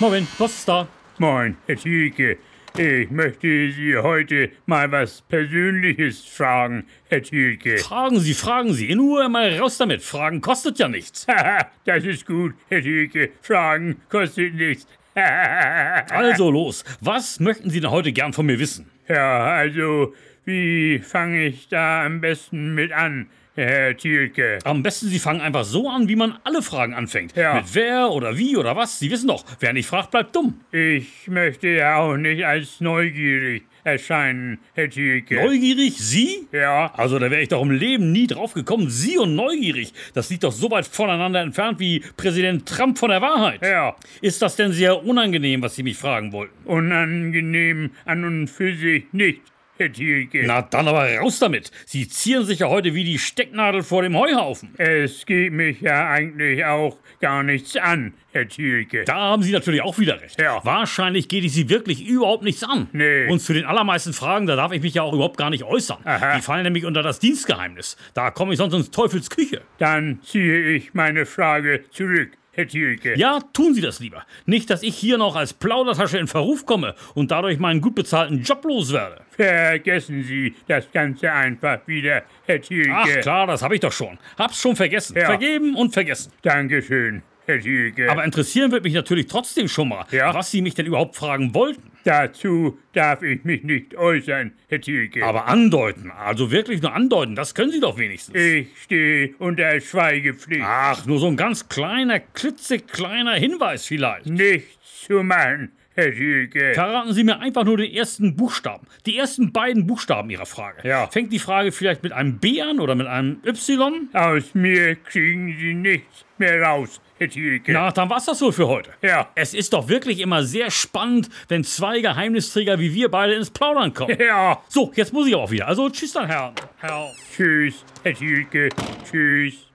Marvin, was ist da? Moin, Herr Thielke. Ich möchte Sie heute mal was Persönliches fragen, Herr Thielke. Fragen Sie, fragen Sie. In Ruhe mal raus damit. Fragen kostet ja nichts. Haha, das ist gut, Herr Thielke. Fragen kostet nichts. Also los. Was möchten Sie denn heute gern von mir wissen? Ja, also, wie fange ich da am besten mit an, Herr Thielke? Am besten, Sie fangen einfach so an, wie man alle Fragen anfängt. Ja. Mit wer oder wie oder was. Sie wissen doch, wer nicht fragt, bleibt dumm. Ich möchte ja auch nicht als neugierig erscheinen, Herr Thielke. Neugierig, Sie? ja, Also da wäre ich doch im Leben nie drauf gekommen. Sie und neugierig. Das liegt doch so weit voneinander entfernt wie Präsident Trump von der Wahrheit. ja. Ist das denn sehr unangenehm, was Sie mich fragen wollten? Unangenehm an und für sich nicht, Herr Thielke. Na dann aber raus damit. Sie zieren sich ja heute wie die Stecknadel vor dem Heuhaufen. Es geht mich ja eigentlich auch gar nichts an, Herr Thielke. Da haben Sie natürlich auch wieder recht. Ja. Wahrscheinlich geht ich Sie wirklich überhaupt nichts an. Nee. Und zu den allermeisten Fragen, da darf ich mich ja auch überhaupt gar nicht äußern. Aha. Die fallen nämlich unter das Dienstgeheimnis. Da komme ich sonst ins Teufels Küche. Dann ziehe ich meine Frage zurück, Herr Thielke. Ja, tun Sie das lieber. Nicht, dass ich hier noch als Plaudertasche in Verruf komme und dadurch meinen gut bezahlten Job los werde. Vergessen Sie das Ganze einfach wieder, Herr Thielke. Ach klar, das habe ich doch schon. Hab's schon vergessen. Ja. Vergeben und vergessen. Dankeschön, Herr Thielke. Aber interessieren wird mich natürlich trotzdem schon mal, Ja. was Sie mich denn überhaupt fragen wollten. Dazu darf ich mich nicht äußern, Herr Thielke. Aber andeuten, also wirklich nur andeuten, das können Sie doch wenigstens. ich stehe unter Schweigepflicht. Ach, nur so ein ganz kleiner, klitzekleiner Hinweis vielleicht. Nichts zu machen, Herr Thielke. Verraten Sie mir einfach nur den ersten Buchstaben, die ersten beiden Buchstaben Ihrer Frage. Ja. Fängt die Frage vielleicht mit einem B an oder mit einem Y? Aus mir kriegen Sie nichts mehr raus, Herr Thielke. Na, dann war's das wohl für heute. Ja. Es ist doch wirklich immer sehr spannend, wenn zwei Geheimnisträger wie wir beide ins Plaudern kommen. Ja. So, jetzt muss ich aber auch wieder. Also tschüss dann, Herr. Herr. Tschüss, Herr Thielke. Tschüss.